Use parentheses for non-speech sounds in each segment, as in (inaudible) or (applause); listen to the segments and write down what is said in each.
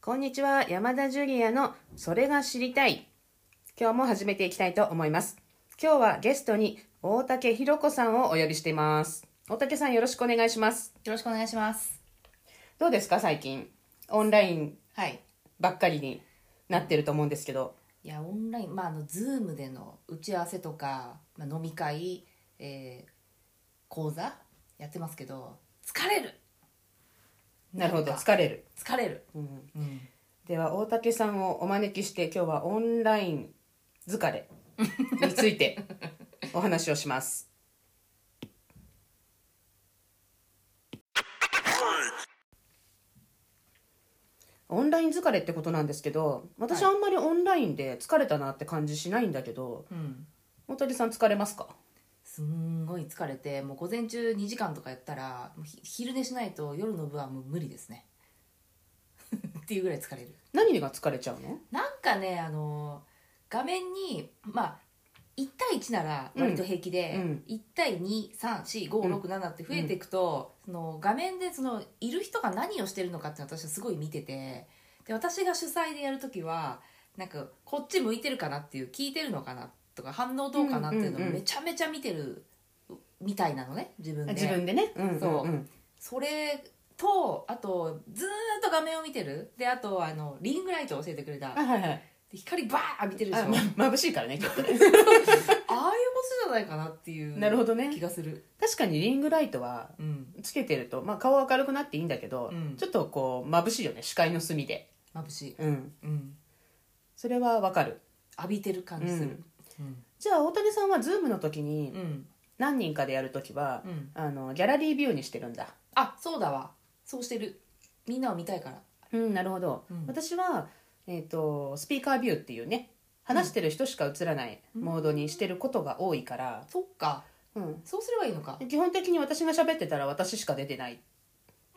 こんにちは、山田ジュリアのそれが知りたい。今日も始めていきたいと思います。今日はゲストに大竹ひろ子さんをお呼びしています。大竹さんよろしくお願いします。よろしくお願いします。どうですか最近。オンラインはい。ばっかりになってると思うんですけど。いや、オンライン、まあ、あの、ズームでの打ち合わせとか、まあ、飲み会、えー講座やってますけど、疲れるなるほど、なんか疲れる。疲れる、うんうん、では大竹さんをお招きして今日はオンライン疲 (laughs) れについてお話をします。オンライン疲れってことなんですけど私あんまりオンラインで疲れたなって感じしないんだけどうん。大竹さん疲れますかすんごい疲れて、もう午前中2時間とかやったら、もうひ昼寝しないと夜の部はもう無理ですね。 (laughs) っていうぐらい疲れる。何が疲れちゃうのなんかね、あの、画面に、まあ、1対1なら割と平気で、うんうん1対234567って増えていくと、その画面でそのいる人が何をしてるのかっていうのを私はすごい見ててで私が主催でやる時はなんかこっち向いてるかなっていう聞いてるのかなとか反応どうかなっていうのうんうんをうんめちゃめちゃ見てるみたいなのね自分で。自分でね。うんうんそううんそれとあとずーっと画面を見てるであとあのリングライトを教えてくれたあはいはいで光バーッ浴びてるでしょあ、ま、眩しいからねちょっとねああいうことじゃないかなっていうなるほど気ねがする。確かにリングライトはうん、つけてると、まあ、顔明るくなっていいんだけど、うんちょっとこう眩しいよね視界の隅で、眩しい。うん、うん、それはわかる浴びてる感じする。うん、じゃあ大谷さんはズームの時にうん、何人かでやる時は、うん。あのギャラリービューにしてるんだあ、そうだわ。そうしてる。みんなを見たいから。うんなるほど、うん私は、えー、とスピーカービューっていうね話してる人しか映らないモードにしてることが多いから、そっか。うんそうすればいいのか。基本的に私が喋ってたら私しか出てない、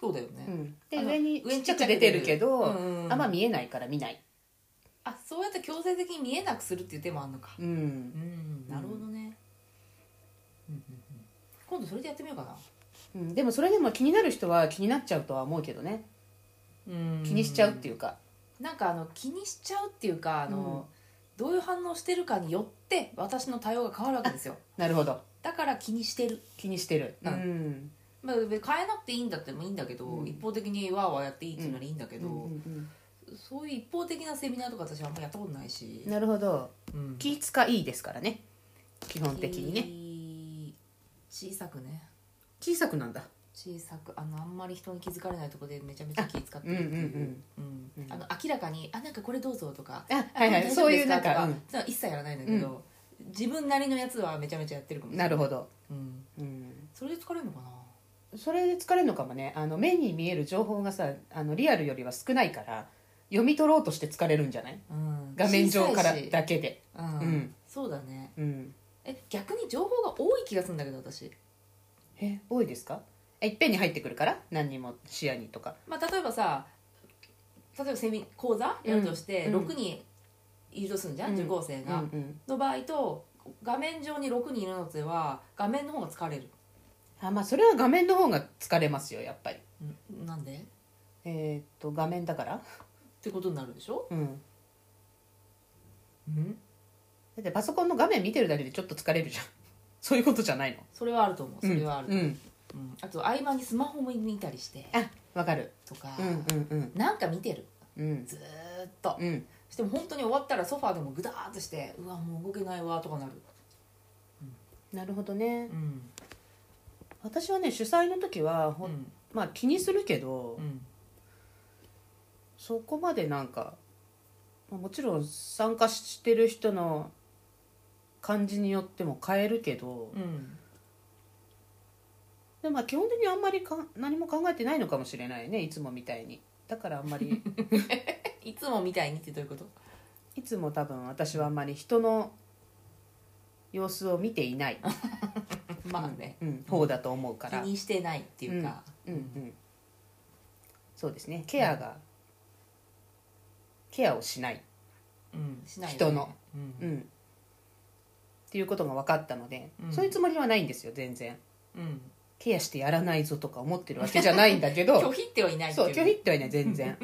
そうだようね。ん、であの上に上ちっにちゃく出てるけど、うんうんうんあんま見えないから見ない、あ、そうやって強制的に見えなくするっていう手もあるのか。うんうん、なるほどね。うん、うん、うん。今度それでやってみようかな。うん、でもそれでも気になる人は気になっちゃうとは思うけどねうん気にしちゃうっていうか、なんかあの気にしちゃうっていうかあの、どういう反応してるかによって私の対応が変わるわけですよなるほどだから気にしてる、気にしてるうんんまあ、別に変えなくていいんだってもいいんだけど、うん一方的にわーわーやっていいっていうならいいんだけうど、んうんそういう一方的なセミナーとか私はあんまやったことないしう、んなるほどうん気使いいですからね基本的にねね小さくね小さくなんだ小さくあのあんまり人に気づかれないところでめちゃめちゃ気使ってるってあうんいううんうんうんあの明らかに「あなんかこれどうぞ」とかあはいはいあそういうなん大か、丈夫ですとそういうのは一切やらないんだけど、自分なりのやつはめちゃめちゃやってるかうもんしれなないるほど、うん、うん、それで疲れるのかなそれで疲れるのかもねあの目に見える情報がさあのリアルよりは少ないから読み取ろうとして疲れるんじゃないうん画面上から小さいしだけで、うんうんそうだねうん、え逆に情報が多い気がするんだけど私、え多いですかえいっぺんに入ってくるから何人も視野にとかまあ、例えばさ例えばセミ講座やるとして、うん6人いるとするじゃん、うん受講生が、うんうんの場合と画面上に6人いるのでは画面の方が疲れる、あまあそれは画面の方が疲れますよやっぱりうん、なんでっえーっと画面だからてことになるでしょ、うんうん、だってパソコンの画面見てるだけでちょっと疲れるじゃん (laughs) そういうことじゃないのそれはあると思うそれはある、うんうんうんあと合間にスマホも見たりしてあわかるとか、うんうんなんか見てるうんうんずーっとうんしても本当に終わったらソファーでもグダーッとしてうわもう動けないわとかなるなるほどねうん私はね主催の時は、ほんんまあ気にするけど、うんそこまでなんかまあもちろん参加してる人の感じによっても変えるけどうんでもまあ基本的にあんまりか何も考えてないのかもしれないねいつもみたいにだからあんまりいつもみたいにってどういうこといつも多分私はあんまり人の様子を見てい (laughs) ない、まあね、うん、方だと思うか気ら、にしてないっていうか、うんうん、そうですねケアが、ケアをしない、うんしないよね人の、ううんん、っていうことが分かったので、うんそういうつもりはないんですよ全然うん、ケアしてやら (laughs) ないぞとか思ってるわけじゃないんだけど拒否ってはいないっていそう (laughs) う拒否ってはいない全然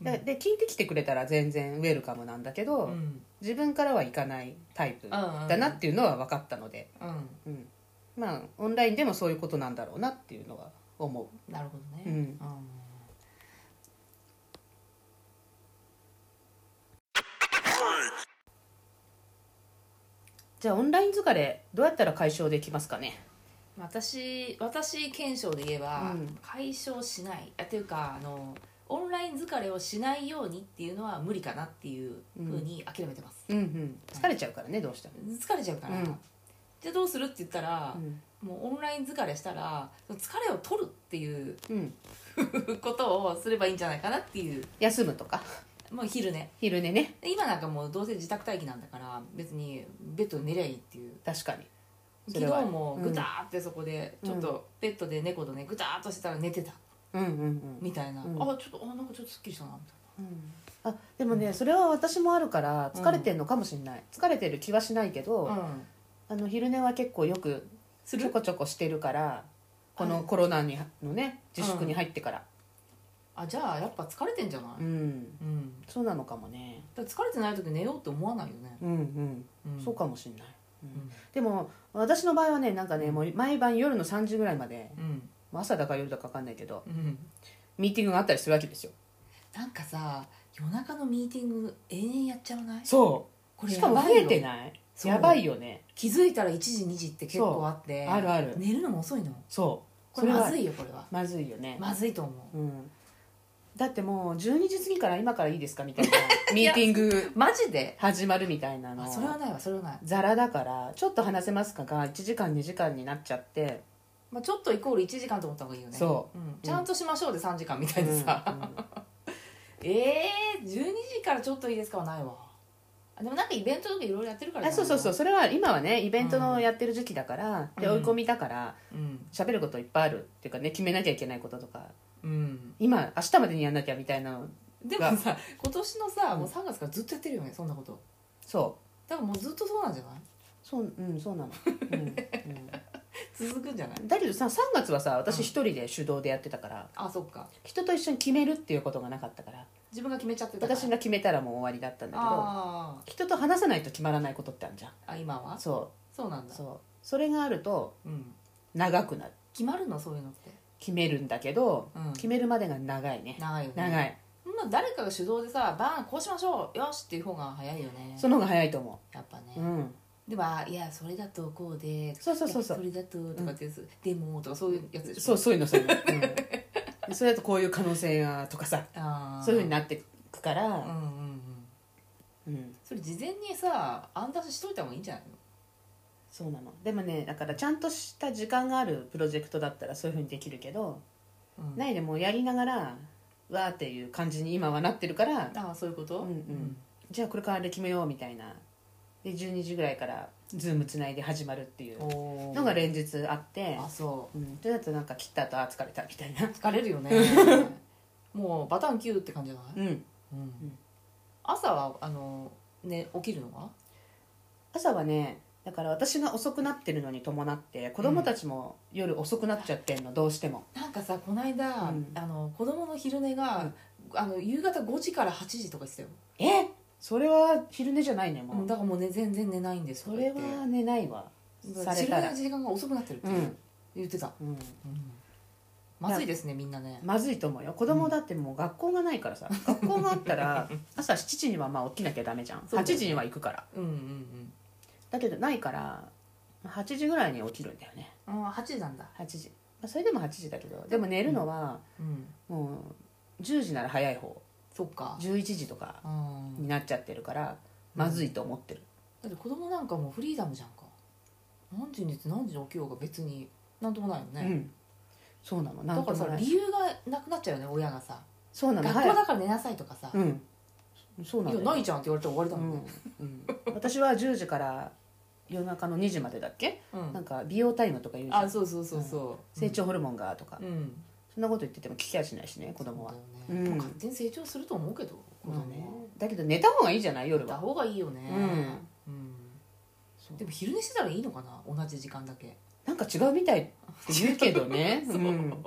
でで聞いてきてくれたら全然ウェルカムなんだけど、うん自分からはいかないタイプだなっていうのは分かったので、うんうんまあオンラインでもそういうことなんだろうなっていうのは思うなるほどね、うんじゃあオンライン疲れどうやったら解消できますかね私私検証で言えば、うん解消しないあというかあのオンライン疲れをしないようにっていうのは無理かなっていうふうに諦めてます、うんうん疲れちゃうからねどうしても、疲れちゃうから、うんじゃあどうするって言ったら、うんもうオンライン疲れしたらその疲れを取るっていう (laughs) うん、ことをすればいいんじゃないかなっていう休むとかもう昼寝昼寝ねで今なんかもうどうせ自宅待機なんだから別にベッドで寝りゃいいっていう確かにそ昨れ日はもぐたーってそこでちょっとベッドで猫とねぐたーっとしてたら寝てたうんうんみたいな、うんあちょっとあなんかちょっとすっきりしたなみたいうん、うん、あでもねそれは私もあるから疲れてるのかもしれない、疲れてる気はしないけど、な、あの昼寝は結構よくすちょるこちょこしてるからこはのいコロナにのね自粛に入ってからあじゃあやっぱ疲れてんじゃないうん、うんそうなのかもねだから疲れてない時寝ようって思わないよね、うんううんんそうかもしれない、ううんんでも私の場合はねなんかねもう毎晩夜の3時ぐらいまでうん、まあ朝だか夜だか分かんないけどうん、ミーティングがあったりするわけですよなんかさ夜中のミーティング永遠やっちゃわないそうこれしやかもば増いえよてないそうやばいよね気づいたら1時2時って結構あってそうあるある寝るのも遅いのそうこれはまずいよこれはまずいよね、まずいと思うん、だってもう12時過ぎから今からいいですかみたいな (laughs) ミーティングうマジで始まるみたいなあのそれはないわそれはない、ザラだからちょっと話せますかが1時間2時間になっちゃって、まあ、ちょっとイコール1時間と思った方がいいよね、そうん、ちゃんとしましょうで3時間みたいなさ、うんうんええー、12時からちょっといいですかはないわあでもなんかイベントとかいろいろやってるからあそうそうそうう、それは今はねイベントのやってる時期だから、うんで追い込みだからうん喋ることいっぱいあるっていうかね決めなきゃいけないこととかうん、今明日までにやんなきゃみたいなのでもさ今年のさもう3月からずっとやってるよねそんなことそう多分もうずっとそうなんじゃないそううんそうなの、うん続くんじゃないうんだけどさ3月はさ私うん一人で手動でやってたから、あそっか人と一緒に決めるっていうことがなかったから自分が決めちゃってたから私が決めたらもう終わりだったんだけどあ人と話さないと決まらないことってあるじゃんーあ今はそそうなんうだそうそれがあるとうん、長くなる決まるのそういうのって、決めるんだけどうん、決めるまでが長いね長いよね長いそんな誰かが主導でさバーンこうしましょうよしっていう方が早いよねその方が早いと思やっぱね、ううんでもあいやそれだとこうでそうそうそうそういやそれだととかってやつ、でもとかそういうやつでしょそうそういうのそういう (laughs) の、うん、それだとこういう可能性がとかさあーそういうふうになってくかうんうら、んうんうん、それ事前にさ案出ししといた方がいいんじゃないのそうなのでもねだからちゃんとした時間があるプロジェクトだったらそういうふうにできるけど、うんないでもうやりながらわーっていう感じに今はなってるからああそういうことうんうんじゃあこれからあれ決めようみたいなで12時ぐらいからズームつないで始まるっていうおーのが連日あってあ、そうん、それだとなんか切った後あ疲れたみたいなう疲れるよ (laughs) ねもうバタンキューって感じじゃない、うんうん朝はあのね起きるのが朝はねだから私が遅くなってるのに伴って子供たちも夜遅くなっちゃってんの、どうしてもなんかさこの間、うんあの子供の昼寝が、あの夕方5時から8時とかしてたよ、えそれは昼寝じゃないねもう、だからもうね全然寝ないんですそれは寝ないわされ昼た寝らの時間が遅くなってるってうん、言ってた、うん、まずいですねみんなねまずいと思うよ子供だってもう学校がないからさ、学校があった (laughs) ら朝7時にはまあ起きなきゃダメじゃん、そう8だよね時には行くからうんうんだけどないから8時ぐらいに起きるんだよねうんあ8時なんだ8時まあそれでも8時だけどでも寝るのはうんもう10時なら早い方そっか11時とかうんになっちゃってるからまずいと思ってる、だって子供なんかもうフリーダムじゃんか何時に寝て何時に起きようが別になんともないようね、んそうなのなだんかとらもさない理由がなくなっちゃうよね親がさそうなの学校早いだから寝なさいとかさ「うんそうないのやよないじゃん」って言われたら終わりだもんね、うんうん、私は10時から夜中の2時までだっけ、うんなんか美容タイムとか言うじゃあんそうそうそうそう成長ホルモンがとか、うんそんなこと言ってても聞きやしないしね子供は、そうだよねうん勝手に成長すると思うけど子供まはあね、だけど寝た方がいいじゃない夜寝たは方がいいよねうんそうでも昼寝してたらいいのかな同じ時間だけ (laughs) なんか違うみたいって言うけどねそううん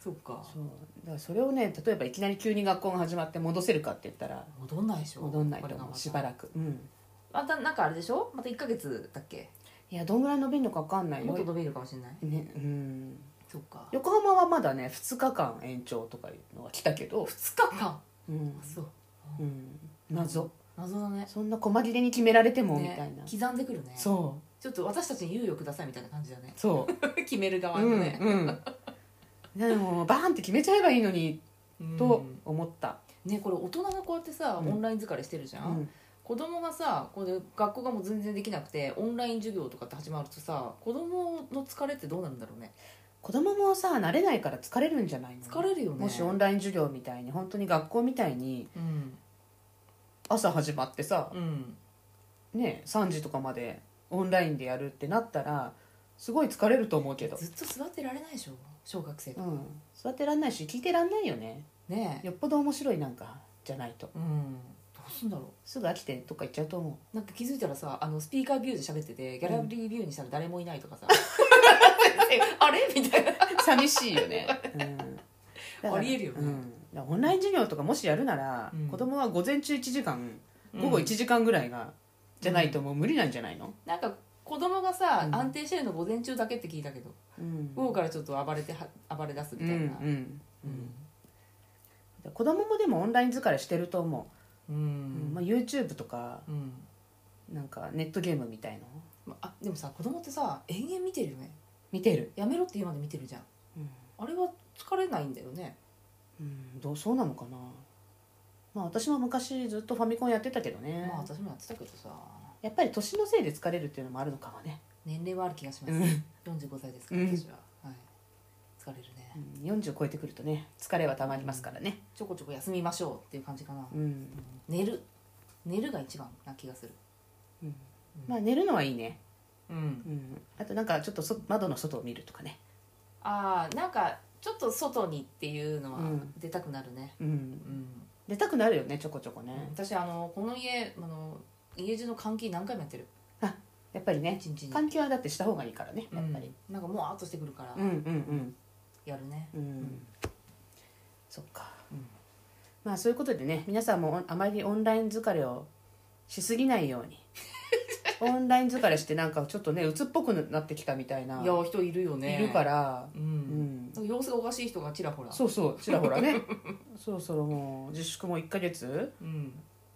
そっかそうだからそれをね例えばいきなり急に学校が始まって戻せるかって言ったら戻んないでしょ戻んないとこれが思まうたしばらく、うん、またなんかあれでしょまた1か月だっけいやどんぐらい伸びるのか分かんないもよっと、伸びるかもしれないねうん、そっか横浜はまだね2日間延長とかいうのが来たけど、 2日間うんそううん、謎謎だねそんな細切れに決められても、ねみたいな刻んでくるねそちょっと私たちに猶予くださいみたいな感じだねうそ (laughs) 決めるう、側うのんね、うんでもバーンって決めちゃえばいいのにうんと思った、ねこれ大人がこうやってさうんオンライン疲れしてるじゃん、うん子供がさこれ学校がもう全然できなくてオンライン授業とかって始まるとさ子供の疲れってどうなるんだろうね子供もさ慣れないから疲れるんじゃないの疲れるよねもしオンライン授業みたいに本当に学校みたいにうん朝始まってさう、んね3時とかまでオンラインでやるってなったらすごい疲れると思うけど、ずっと座ってられないでしょ小学生うん、座ってらんないし聞いてらんないよねねえよっぽど面白いなんかじゃないとうんどうすんだろすぐ飽きてどっか行っちゃうと思うなんか気づいたらさあのスピーカービューで喋っててギャラリービューにしたら誰もいないとか (laughs) さ、えあれみたいなう (laughs) 寂しいよね、うんだからありえるよねうん、だからオンライン授業とかもしやるなら、うん子供は午前中1時間午後1時間ぐらいが、じゃないともう無理なんじゃないの、なんか子供がさ、うん安定してるの午前中だけって聞いたけどうん午後からちょっと暴れては暴れ出すみうたんいな、うんうん子供もでもオンライン疲れしてると思うう、んまあ、YouTube とかうんなんかネットゲームみたいのまあでもさ子供ってさ延々見てるよね見てる、やめろって言うまで見てるじゃんうんあれは疲れないんだよねどうそうなのかなまあ私も昔ずっとファミコンやってたけどね、まあ私もやってたけどさやっぱり年のせいで疲れるっていうのもあるのかもね、年齢はある気がしますうん45歳ですからうん私は、はい、疲れるね40超えてくるとね疲れはたまりますからね、ちょこちょこ休みましょうっていう感じかな、うん寝る寝るが一番な気がするうんまあ寝るのはいいね、うんうん、あとなんかちょっとそ窓の外を見るとかね、ああなんかちょっと外にっていうのはうん出たくなるねうんう、ん、出たくなるよねちょこちょこね、私あのこの家あの家中の換気何回もやってるやっぱりね一日に換気はだってした方がいいからねやっぱり、うんなんかもうあっとしてくるからうん、うんうんやるねうん、んそっか、うんまあそういうことでね皆さんもおあまりオンライン疲れをしすぎない (laughs) ようにオンライン疲れしてなんかちょっとね鬱っぽくなってきたみたいないや人いるよねいるから、う、うんん、なんか様子がおかしい人がちらほらそうそうちらほらね (laughs) そろそろもう自粛も1ヶ月うん、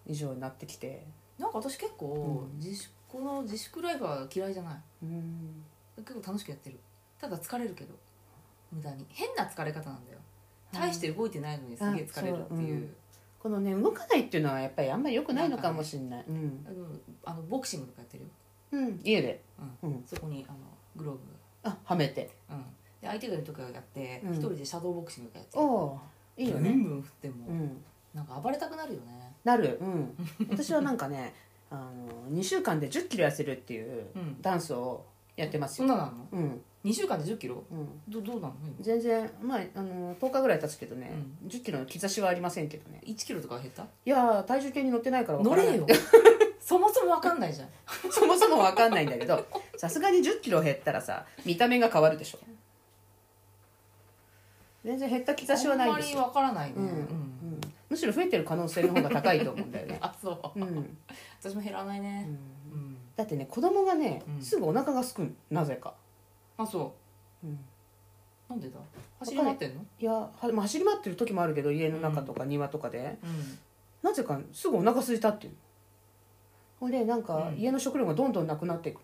以上になってきてなんか私結構うん自粛、この自粛ライフは嫌いじゃないうん結構楽しくやってるただ疲れるけど無駄に変な疲れ方なんだよ大して動いてないのにすげえ疲れるっていうこのね動かないっていうのはやっぱりあんまり良くないのかもしれないうん、あのあのボクシングとかやってるよ、うん、家で、うんうんそこにあのグローあはめてブ、うん、で相手がいる時はやってうん一、人でシャドーボクシングとかやっておおーいいよブンね、ブン振っても、うん、なんか暴れたくなるよねなる、 (laughs) うん、私はなんかねあの2週間で1 0キロ痩せるっていううんダンスをやってますそよ、んなのあんのうん2週間で1 0キロうん、どどうなの今全然まああの10日ぐらい経つけどね、1 0キロの兆しはありませんけどね1キロとかは減ったいやー体重計に乗ってないからわか乗らない (laughs) れよそもそもわかんないじゃんそもそもわかんないんだけどさすがに1 0キロ減ったらさ見た目が変わるでしょ全然減った兆しはないんですあんまよ、りわからないね、うんうん、うん、むしろ増えてる可能性の方が高いと思うんだよねあ (laughs) そううんうん私も減らないねうんだってね子供がね、うんすぐお腹がすくんなぜか、あそうんうなんでだ走り回ってんのいやはまあ走り回ってる時もあるけど家の中とか庭とかで、うんなぜかすぐお腹空いたっていうほんでなんかうん家の食料がどんどんなくなっていく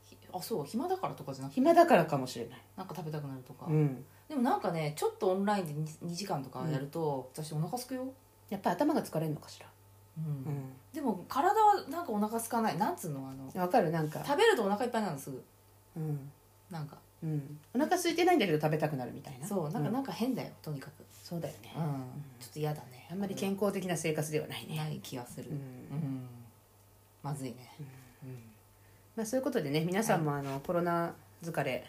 ひあそう暇だからとかじゃなくて暇だからかもしれない、なんか食べたくなるとか、うん、でもなんかねちょっとオンラインで 2, 時間とかやると、私お腹空くよ、やっぱり頭が疲れるのかしらうんうでも体はなんかお腹空かないなんつうのあのんわかるなんか食べるとお腹いっぱいなのすぐうん、なんかうん、お腹空いてないんだけど食べたくなるみたいなそうなんか、うなんか変だよとにかく、そうだよね、うんちょっと嫌だねあんまり健康的な生活ではないね、ない気がする、うんうんまずいね、うんまあ、そういうことでね皆さんもあの、コロナ疲れ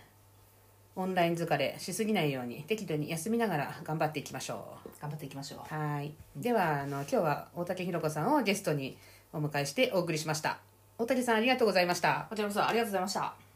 オンライン疲れしすぎないように適度に休みながら頑張っていきましょう頑張っていきましょうはい。では、あの、今日は大竹ひろ子さんをゲストにお迎えしてお送りしました。大竹さん、ありがとうございました。こちらこそありがとうございました